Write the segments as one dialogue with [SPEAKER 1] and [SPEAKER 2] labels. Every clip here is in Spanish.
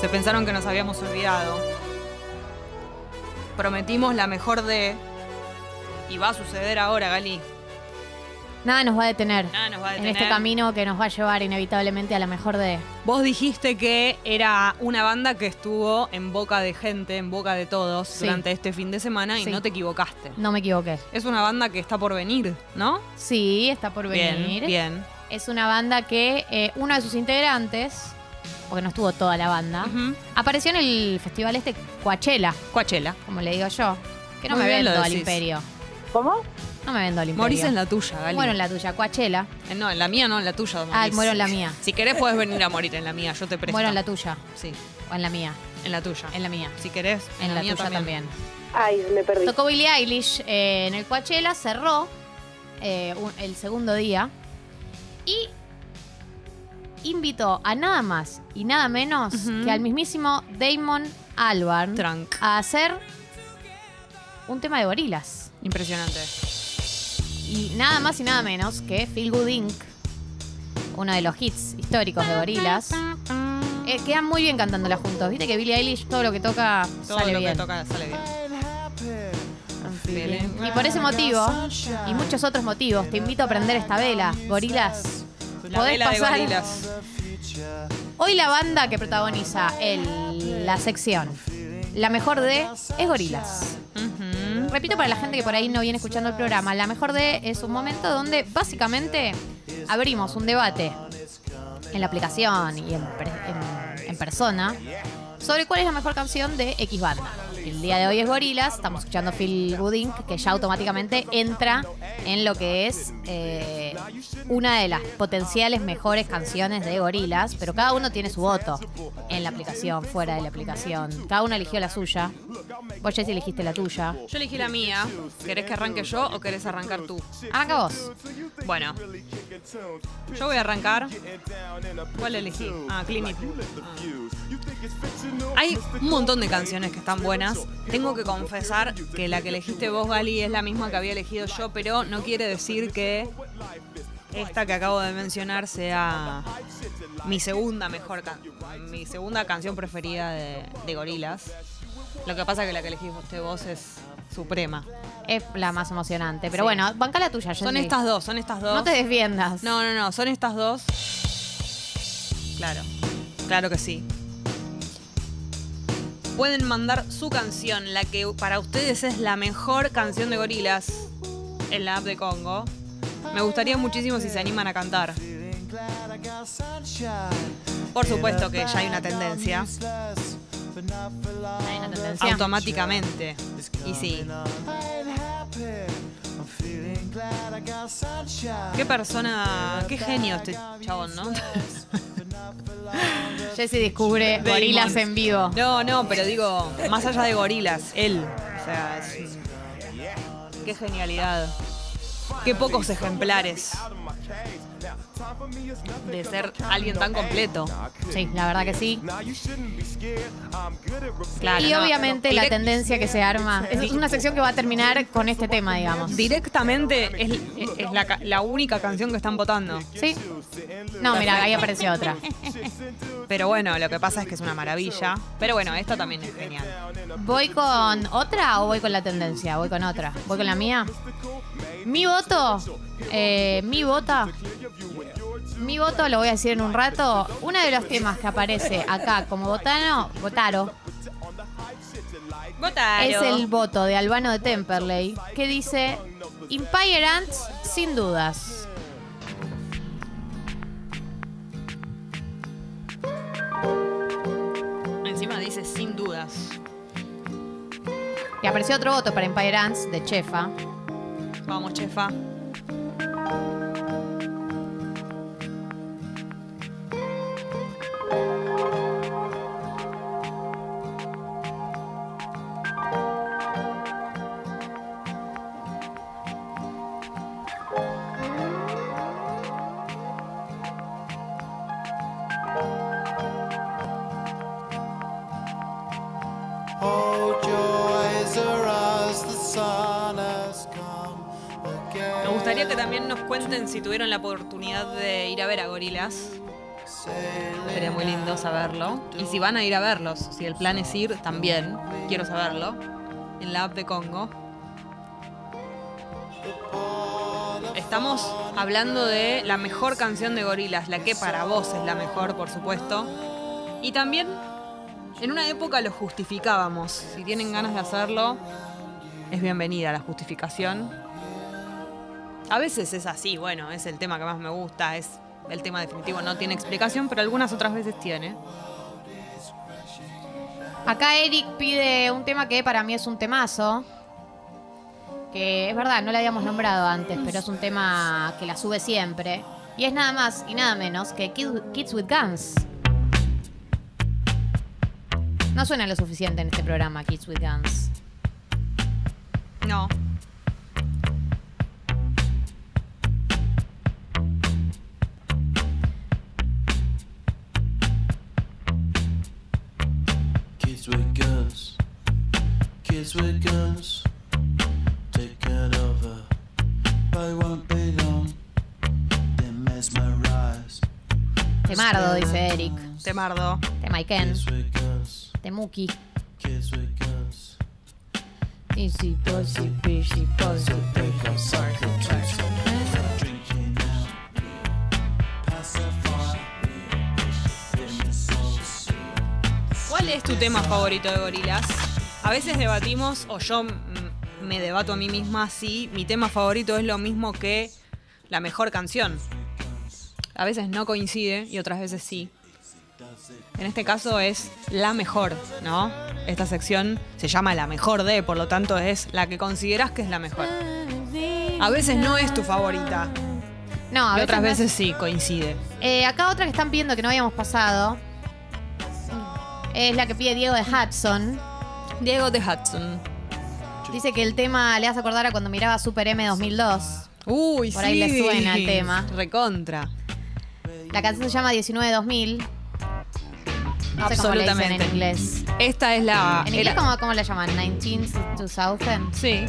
[SPEAKER 1] Se pensaron que nos habíamos olvidado. Prometimos la mejor de. Y va a suceder ahora, Gali.
[SPEAKER 2] Nada nos va a detener.
[SPEAKER 1] Nada nos va a
[SPEAKER 2] En
[SPEAKER 1] detener.
[SPEAKER 2] este camino que nos va a llevar inevitablemente a la mejor de.
[SPEAKER 1] Vos dijiste que era una banda que estuvo en boca de gente, en boca de todos,
[SPEAKER 2] Sí.
[SPEAKER 1] durante este fin de semana y
[SPEAKER 2] Sí.
[SPEAKER 1] no te equivocaste.
[SPEAKER 2] No me equivoqué.
[SPEAKER 1] Es una banda que está por venir, ¿no?
[SPEAKER 2] Sí, está por venir.
[SPEAKER 1] Bien, bien.
[SPEAKER 2] Es una banda que eh, uno de sus integrantes, porque no estuvo toda la banda,
[SPEAKER 1] Ujú.
[SPEAKER 2] apareció en el festival este Coachella,
[SPEAKER 1] Coachella.
[SPEAKER 2] como le digo yo. Que no
[SPEAKER 1] Muy
[SPEAKER 2] me
[SPEAKER 1] bien lo
[SPEAKER 2] vendo al
[SPEAKER 1] decís.
[SPEAKER 2] imperio.
[SPEAKER 3] ¿Cómo?
[SPEAKER 2] No me vendo al imperio.
[SPEAKER 1] Morís en la tuya, Gali.
[SPEAKER 2] Bueno, en la tuya, Coachella.
[SPEAKER 1] Eh, No, en la mía no, en la tuya. Morís.
[SPEAKER 2] Ah, muero en la mía.
[SPEAKER 1] Si querés podés venir a morir en la mía, yo te presto.
[SPEAKER 2] Bueno, en la tuya.
[SPEAKER 1] Sí,
[SPEAKER 2] O en la mía.
[SPEAKER 1] en la tuya.
[SPEAKER 2] En la mía.
[SPEAKER 1] Si querés,
[SPEAKER 2] En, la,
[SPEAKER 1] mía
[SPEAKER 2] tuya también.
[SPEAKER 3] Ay, me perdí.
[SPEAKER 2] Tocó Billie Eilish eh, en el Coachella, cerró eh, un- el segundo día y invitó a nada más y nada menos
[SPEAKER 1] Ujú.
[SPEAKER 2] que al mismísimo Damon Albarn
[SPEAKER 1] Trunk.
[SPEAKER 2] a hacer un tema de gorilas.
[SPEAKER 1] Impresionante.
[SPEAKER 2] Y nada más y nada menos que Feel Good Inc., uno de los hits históricos de gorilas. Eh, quedan muy bien cantándola juntos. Viste que Billie Eilish todo lo que toca
[SPEAKER 1] Todo
[SPEAKER 2] sale
[SPEAKER 1] lo
[SPEAKER 2] bien.
[SPEAKER 1] que toca sale bien. Feeling
[SPEAKER 2] Y por ese motivo, y muchos otros motivos, te invito a prender esta vela, gorilas.
[SPEAKER 1] La
[SPEAKER 2] Podés
[SPEAKER 1] vela de
[SPEAKER 2] pasar-
[SPEAKER 1] gorilas.
[SPEAKER 2] Hoy la banda que protagoniza el- la sección, la mejor de, es gorilas.
[SPEAKER 1] Ujú.
[SPEAKER 2] Repito para la gente que por ahí no viene escuchando el programa, la mejor de es un momento donde básicamente abrimos un debate en la aplicación y en, per- en- en persona sobre cuál es la mejor canción de X banda. El día de hoy es Gorilas, estamos escuchando Phil Good Inc, que ya automáticamente entra en lo que es eh, una de las potenciales mejores canciones de Gorilas, pero cada uno tiene su voto en la aplicación, fuera de la aplicación. Cada uno eligió la suya. Vos, Jessy, elegiste la tuya.
[SPEAKER 1] Yo elegí la mía. ¿Querés que arranque yo o querés arrancar tú?
[SPEAKER 2] Arranca vos.
[SPEAKER 1] Bueno. Yo voy a arrancar. ¿Cuál elegí? Ah, Clinic. Hay un montón de canciones que están buenas. Tengo que confesar que la que elegiste vos, Gali, es la misma que había elegido yo, pero no quiere decir que esta que acabo de mencionar sea mi segunda mejor can- mi segunda canción preferida de, de Gorilas. Lo que pasa es que la que elegiste vos es suprema.
[SPEAKER 2] Es la más emocionante. Pero
[SPEAKER 1] Sí.
[SPEAKER 2] bueno, banca la tuya,
[SPEAKER 1] Son
[SPEAKER 2] Jessy.
[SPEAKER 1] estas dos, son estas dos.
[SPEAKER 2] No te desviendas.
[SPEAKER 1] No, no, no, son estas dos. Claro, claro que sí. Pueden mandar su canción, la que para ustedes es la mejor canción de gorilas en la app de Congo. Me gustaría muchísimo si se animan a cantar. Por supuesto que ya hay una tendencia,
[SPEAKER 2] Hay una tendencia.
[SPEAKER 1] automáticamente. Y sí. Qué persona, qué genio este chabón, ¿no?
[SPEAKER 2] Jessy descubre
[SPEAKER 1] Damon.
[SPEAKER 2] gorilas en vivo.
[SPEAKER 1] No, no, pero digo, más allá de gorilas, él. O sea, es un- qué genialidad. Qué pocos ejemplares de ser alguien tan completo.
[SPEAKER 2] Sí, la verdad que sí.
[SPEAKER 1] Claro,
[SPEAKER 2] y
[SPEAKER 1] no.
[SPEAKER 2] obviamente la
[SPEAKER 1] Direc-
[SPEAKER 2] tendencia que se arma. Es, es una sección que va a terminar con este tema, digamos.
[SPEAKER 1] Directamente es, es la, ca- la única canción que están votando.
[SPEAKER 2] ¿Sí? No, mira, ahí apareció otra.
[SPEAKER 1] Pero bueno, lo que pasa es que es una maravilla. Pero bueno, esta también es genial.
[SPEAKER 2] ¿Voy con otra o voy con la tendencia? Voy con otra. ¿Voy con la mía? Mi voto. eh, mi vota. Mi voto lo voy a decir en un rato. Uno de los temas que aparece acá como botano, votaro,
[SPEAKER 1] Votalo.
[SPEAKER 2] es el voto de Albano de Temperley que dice Empire Ants sin dudas.
[SPEAKER 1] Encima dice sin dudas.
[SPEAKER 2] Y apareció otro voto para Empire Ants de Chefa.
[SPEAKER 1] Vamos, chefa.
[SPEAKER 4] Oh, joys are us, the sun has come again.
[SPEAKER 1] gustaría que también nos cuenten si tuvieron la oportunidad de ir a ver a Gorilas. Sería muy lindo saberlo. Y si van a ir a verlos, si el plan es ir, también. Quiero saberlo. En la app de Congo. Estamos hablando de la mejor canción de Gorilas, la que para vos es la mejor, por supuesto. Y también, en una época lo justificábamos. Si tienen ganas de hacerlo, es bienvenida la justificación. A veces es así, bueno, es el tema que más me gusta, es el tema definitivo, no tiene explicación, pero algunas otras veces tiene.
[SPEAKER 2] Acá Eric pide un tema que para mí es un temazo. Que es verdad, no lo habíamos nombrado antes, pero es un tema que la sube siempre. Y es nada más y nada menos que Kid- Kids with Guns. No suena lo suficiente en este programa, Kids with Guns.
[SPEAKER 1] No.
[SPEAKER 4] Kids with guns, kids with guns, taken over by one big arm. They mesmerize.
[SPEAKER 2] Temardo, dice Eric.
[SPEAKER 1] Te mardo.
[SPEAKER 2] Tema Iken.
[SPEAKER 4] Kids with guns,
[SPEAKER 2] De Muki.
[SPEAKER 4] kids with guns.
[SPEAKER 2] Easy, bossy, busy, bossy.
[SPEAKER 4] So take a cycle drinking now. Pacify.
[SPEAKER 1] ¿Cuál es tu tema favorito de Gorilas? A veces debatimos, o yo mm, me debato a mí misma si mi tema favorito es lo mismo que la mejor canción. A veces no coincide y otras veces sí. En este caso es la mejor, ¿no? Esta sección se llama la mejor de, por lo tanto es la que consideras que es la mejor. A veces no es tu favorita,
[SPEAKER 2] No, a
[SPEAKER 1] y otras
[SPEAKER 2] no es-
[SPEAKER 1] veces sí coincide.
[SPEAKER 2] Eh, acá otra que están pidiendo que no habíamos pasado. Es la que pide Diego de Hudson.
[SPEAKER 1] Diego de Hudson.
[SPEAKER 2] Dice que el tema le hace acordar a cuando miraba Super M 2002.
[SPEAKER 1] Uy,
[SPEAKER 2] Por
[SPEAKER 1] sí.
[SPEAKER 2] ahí le suena el tema.
[SPEAKER 1] Recontra.
[SPEAKER 2] La canción se llama 19-2000. No sé cómo le dicen en
[SPEAKER 1] Absolutamente.
[SPEAKER 2] inglés.
[SPEAKER 1] Esta es la.
[SPEAKER 2] ¿En inglés
[SPEAKER 1] era-
[SPEAKER 2] cómo, cómo la llaman? ¿19-2000?
[SPEAKER 1] Sí.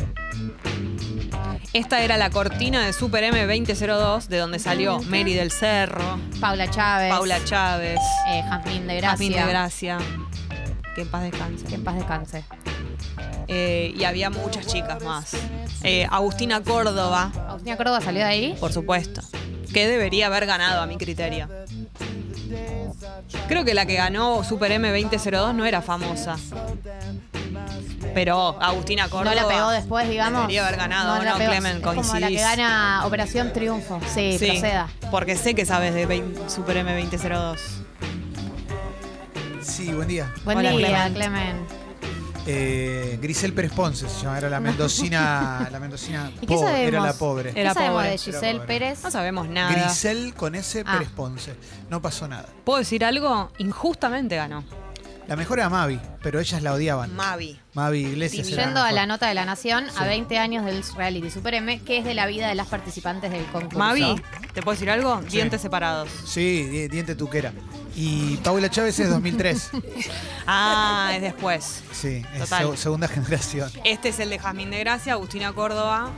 [SPEAKER 1] Esta era la cortina de Super M2002, de donde salió Mary del Cerro,
[SPEAKER 2] Paula Chávez.
[SPEAKER 1] Paula Chávez,
[SPEAKER 2] eh, Jazmín de
[SPEAKER 1] Jasmine
[SPEAKER 2] Gracia.
[SPEAKER 1] de Gracia. Que en paz descanse.
[SPEAKER 2] Que en paz descanse.
[SPEAKER 1] Eh, y había muchas chicas más. Eh, Agustina Córdoba,
[SPEAKER 2] Agustina Córdoba salió de ahí.
[SPEAKER 1] por supuesto. Que debería haber ganado a mi criterio. Creo que la que ganó Super M2002 no era famosa. Pero Agustina Córdoba.
[SPEAKER 2] No la pegó después, digamos.
[SPEAKER 1] Debería haber ganado,
[SPEAKER 2] la
[SPEAKER 1] no,
[SPEAKER 2] pegó.
[SPEAKER 1] Clemen,
[SPEAKER 2] Es como la que
[SPEAKER 1] coincidís.
[SPEAKER 2] gana Operación Triunfo. Sí,
[SPEAKER 1] Sí,
[SPEAKER 2] eh, proceda.
[SPEAKER 1] Porque sé que sabes de 20 Super M2002.
[SPEAKER 5] Sí, buen día.
[SPEAKER 2] Buen
[SPEAKER 1] Hola,
[SPEAKER 2] día,
[SPEAKER 1] Clemen.
[SPEAKER 2] Clemen.
[SPEAKER 5] Eh, Grisel Pérez Ponce se llama, era la mendocina, la mendocina
[SPEAKER 2] ¿Y qué
[SPEAKER 5] pobre, era
[SPEAKER 2] sabemos? Eh,
[SPEAKER 5] la pobre.
[SPEAKER 2] ¿Qué
[SPEAKER 1] Era
[SPEAKER 2] sabemos
[SPEAKER 1] pobre.
[SPEAKER 2] de Giselle
[SPEAKER 5] Era pobre.
[SPEAKER 2] Pérez?
[SPEAKER 1] No sabemos nada.
[SPEAKER 5] Grisel con ese
[SPEAKER 2] Ah.
[SPEAKER 5] Pérez Ponce. No pasó nada.
[SPEAKER 1] ¿Puedo decir algo? Injustamente ganó.
[SPEAKER 5] La mejor era Mavi, pero ellas la odiaban.
[SPEAKER 1] Mavi.
[SPEAKER 5] Mavi Iglesias era
[SPEAKER 2] Yendo a la
[SPEAKER 5] mejor.
[SPEAKER 2] nota de la Nación, a 20 años del reality Super M, que es de la vida de las participantes del concurso.
[SPEAKER 1] Mavi, ¿te puedo decir algo?
[SPEAKER 5] Sí.
[SPEAKER 1] Dientes separados.
[SPEAKER 5] Sí, di- diente tuquera. Y Paula Chávez es 2003.
[SPEAKER 1] Ah, es después.
[SPEAKER 5] Sí, es
[SPEAKER 1] Total.
[SPEAKER 5] seg- segunda generación.
[SPEAKER 1] Este es el de Jazmín de Gracia, Agustina Córdoba,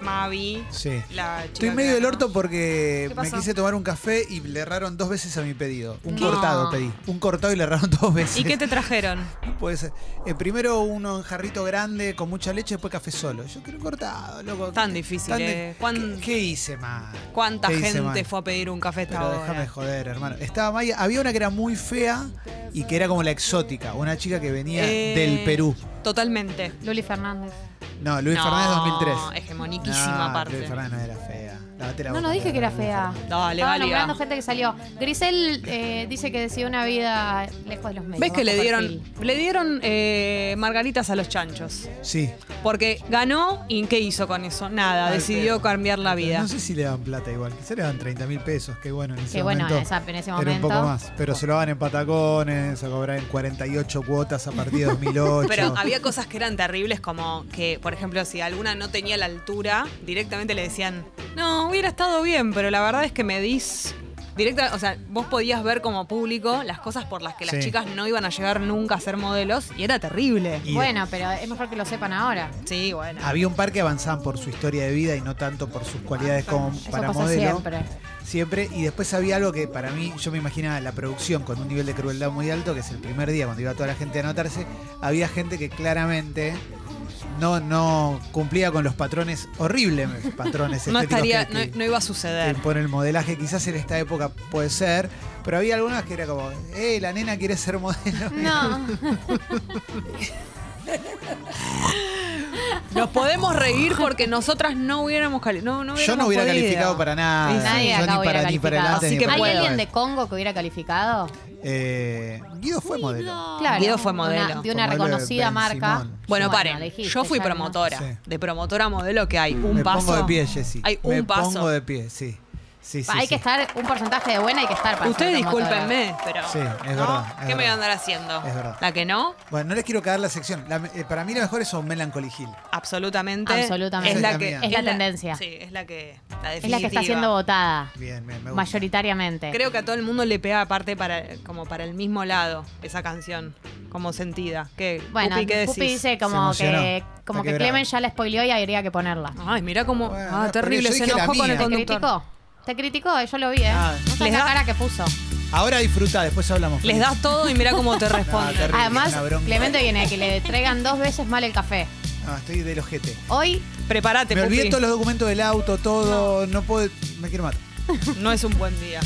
[SPEAKER 1] Mavi.
[SPEAKER 5] Sí.
[SPEAKER 1] La chica
[SPEAKER 5] Estoy
[SPEAKER 1] que
[SPEAKER 5] medio del
[SPEAKER 1] ganó.
[SPEAKER 5] orto porque
[SPEAKER 1] ¿Qué
[SPEAKER 5] me
[SPEAKER 1] pasó?
[SPEAKER 5] quise tomar un café y le erraron dos veces a mi pedido. Un
[SPEAKER 2] ¿Qué?
[SPEAKER 5] cortado
[SPEAKER 2] No.
[SPEAKER 5] pedí. Un cortado y le erraron dos veces.
[SPEAKER 1] ¿Y qué te trajeron?
[SPEAKER 5] Pues eh, primero uno en jarrito grande con mucha leche, después café solo. Yo quiero un cortado, loco.
[SPEAKER 1] Tan difícil, eh. ¿Cuán-
[SPEAKER 5] ¿Qué, qué hice mal?
[SPEAKER 1] ¿Cuánta
[SPEAKER 5] ¿Qué hice
[SPEAKER 1] gente
[SPEAKER 5] mal?
[SPEAKER 1] fue a pedir un café esta
[SPEAKER 5] Pero
[SPEAKER 1] hora?
[SPEAKER 5] déjame joder, hermano. Estaba Maya- Había una que era muy fea y que era como la exótica, una chica que venía
[SPEAKER 1] Eh,
[SPEAKER 5] del Perú.
[SPEAKER 1] Totalmente.
[SPEAKER 2] Luli Fernández.
[SPEAKER 5] No, Luis
[SPEAKER 1] No,
[SPEAKER 5] Fernández 2003.
[SPEAKER 1] hegemoniquísima
[SPEAKER 5] No,
[SPEAKER 1] parte.
[SPEAKER 5] Ah, Luis Fernández no era fea. Lavate la
[SPEAKER 2] No,
[SPEAKER 5] boca,
[SPEAKER 2] no dije que era
[SPEAKER 5] Luis
[SPEAKER 2] fea.
[SPEAKER 5] Fernández.
[SPEAKER 1] Dale,
[SPEAKER 2] Estaba
[SPEAKER 1] Galia.
[SPEAKER 2] nombrando gente que salió. Grisel eh, dice que decidió una vida lejos de los medios.
[SPEAKER 1] ¿Ves que
[SPEAKER 2] bajo
[SPEAKER 1] le dieron,
[SPEAKER 2] perfil.
[SPEAKER 1] le dieron eh, margaritas a los chanchos?
[SPEAKER 5] Sí.
[SPEAKER 1] Porque ganó y ¿qué hizo con eso? Nada,
[SPEAKER 5] Al
[SPEAKER 1] decidió
[SPEAKER 5] pedo.
[SPEAKER 1] cambiar la vida.
[SPEAKER 5] No sé si le dan plata igual. Quizá le dan 30 mil pesos, que bueno, en ese
[SPEAKER 2] Que bueno,
[SPEAKER 5] momento.
[SPEAKER 2] esa- en ese
[SPEAKER 5] Era un
[SPEAKER 2] momento.
[SPEAKER 5] poco más, pero se lo daban en patacones, a cobrar en 48 cuotas a partir de 2008.
[SPEAKER 1] Pero había cosas que eran terribles como que, por ejemplo, si alguna no tenía la altura, directamente le decían, no, hubiera estado bien, pero la verdad es que medís Directa, o sea, vos podías ver como público las cosas por las que las
[SPEAKER 5] Sí.
[SPEAKER 1] chicas no iban a llegar nunca a ser modelos y era terrible.
[SPEAKER 5] Y
[SPEAKER 2] Bueno, pero es mejor que lo sepan ahora.
[SPEAKER 1] Sí, bueno.
[SPEAKER 5] Había un par que avanzaban por su historia de vida y no tanto por sus cualidades como
[SPEAKER 2] Ah, Eso
[SPEAKER 5] para
[SPEAKER 2] pasa
[SPEAKER 5] modelo.
[SPEAKER 2] siempre.
[SPEAKER 5] Siempre. Y después había algo que para mí, yo me imaginaba la producción con un nivel de crueldad muy alto, que es el primer día cuando iba toda la gente a anotarse, había gente que claramente no, no cumplía con los patrones horribles, patrones
[SPEAKER 1] No
[SPEAKER 5] estéticos
[SPEAKER 1] estaría,
[SPEAKER 5] que- que-
[SPEAKER 1] no, no iba a
[SPEAKER 5] que
[SPEAKER 1] suceder.
[SPEAKER 5] impone el modelaje, quizás en esta época puede ser, pero había algunas que era como, eh, la nena quiere ser modelo.
[SPEAKER 2] No.
[SPEAKER 1] Nos podemos reír porque nosotras no hubiéramos, cali- no, no
[SPEAKER 5] Yo
[SPEAKER 1] hubiéramos
[SPEAKER 5] no hubiera
[SPEAKER 1] podido.
[SPEAKER 5] calificado para nada.
[SPEAKER 1] Sí, sí.
[SPEAKER 2] Nadie
[SPEAKER 5] Yo
[SPEAKER 2] acá hubiera
[SPEAKER 5] ni para, ni para
[SPEAKER 2] calificado.
[SPEAKER 5] adelante,
[SPEAKER 1] Así
[SPEAKER 5] ni
[SPEAKER 1] que
[SPEAKER 5] para
[SPEAKER 2] ¿Hay
[SPEAKER 1] puede.
[SPEAKER 5] atrás.
[SPEAKER 2] alguien de Congo que hubiera calificado?
[SPEAKER 5] Eh, Guido fue modelo.
[SPEAKER 2] Claro.
[SPEAKER 1] Guido Ah, fue
[SPEAKER 2] De una-
[SPEAKER 1] modelo.
[SPEAKER 2] De una,
[SPEAKER 5] Fue modelo de
[SPEAKER 2] reconocida
[SPEAKER 5] Ben
[SPEAKER 2] marca.
[SPEAKER 5] Simón.
[SPEAKER 1] Bueno, paren.
[SPEAKER 2] lo dijiste,
[SPEAKER 1] Yo fui
[SPEAKER 2] ya no.
[SPEAKER 1] promotora.
[SPEAKER 5] Sí.
[SPEAKER 1] De promotora a modelo que hay un
[SPEAKER 5] Me
[SPEAKER 1] paso.
[SPEAKER 5] pongo de pie, Jessy.
[SPEAKER 1] Hay un
[SPEAKER 5] Me
[SPEAKER 1] paso.
[SPEAKER 5] pongo de pie, sí. Sí, sí,
[SPEAKER 2] hay
[SPEAKER 5] sí.
[SPEAKER 2] que estar, un porcentaje de buena hay que estar para
[SPEAKER 1] Ustedes
[SPEAKER 2] ser promotora.
[SPEAKER 1] discúlpenme, pero.
[SPEAKER 5] Sí, es
[SPEAKER 1] ¿no?
[SPEAKER 5] verdad, es
[SPEAKER 1] ¿Qué
[SPEAKER 5] verdad.
[SPEAKER 1] me voy a andar haciendo?
[SPEAKER 5] Es verdad.
[SPEAKER 1] ¿La que no?
[SPEAKER 5] Bueno, no les quiero cagar la sección. La- eh, para mí la mejor es un Melancholy Hill.
[SPEAKER 1] Absolutamente.
[SPEAKER 2] Absolutamente.
[SPEAKER 1] Es la,
[SPEAKER 5] Esa es
[SPEAKER 1] que,
[SPEAKER 5] la mía.
[SPEAKER 2] Es la tendencia.
[SPEAKER 1] Sí, es la que. La
[SPEAKER 2] Es la que está
[SPEAKER 1] definitiva.
[SPEAKER 2] siendo votada,
[SPEAKER 5] Bien, bien, me gusta.
[SPEAKER 2] mayoritariamente.
[SPEAKER 1] Creo que a todo el mundo le pega aparte para, como para el mismo lado esa canción, como sentida. ¿Qué,
[SPEAKER 2] bueno,
[SPEAKER 1] Pupi, ¿qué decís?
[SPEAKER 2] Pupi dice
[SPEAKER 5] Se
[SPEAKER 2] como
[SPEAKER 5] emocionó.
[SPEAKER 2] que, como
[SPEAKER 5] Está
[SPEAKER 2] que
[SPEAKER 5] quebrado.
[SPEAKER 2] Clemen ya la spoileó y habría que ponerla.
[SPEAKER 1] Ay, mira cómo.
[SPEAKER 5] Bueno,
[SPEAKER 1] ah,
[SPEAKER 5] no, pero
[SPEAKER 1] terrible.
[SPEAKER 5] yo
[SPEAKER 1] Se
[SPEAKER 5] dije la
[SPEAKER 1] enojó con el
[SPEAKER 5] mía.
[SPEAKER 2] ¿Te
[SPEAKER 1] conductor.
[SPEAKER 2] criticó? ¿Te criticó? Yo lo vi, ¿eh?
[SPEAKER 5] Ah,
[SPEAKER 2] No sabes
[SPEAKER 1] les
[SPEAKER 2] la
[SPEAKER 1] da-
[SPEAKER 2] cara que puso.
[SPEAKER 5] Ahora disfruta, después hablamos.
[SPEAKER 1] Les
[SPEAKER 5] Felipe.
[SPEAKER 1] das todo y mira cómo te responde.
[SPEAKER 5] terrible.
[SPEAKER 2] Además,
[SPEAKER 5] una bronca.
[SPEAKER 2] Clemente viene a que le traigan dos veces mal el café.
[SPEAKER 5] No, Ah, estoy del ojete.
[SPEAKER 2] Hoy,
[SPEAKER 1] Prepárate,
[SPEAKER 5] Me olvidé
[SPEAKER 1] Pupi.
[SPEAKER 5] todos los documentos del auto, todo. No, puedo. Me quiero matar.
[SPEAKER 1] No es un buen día.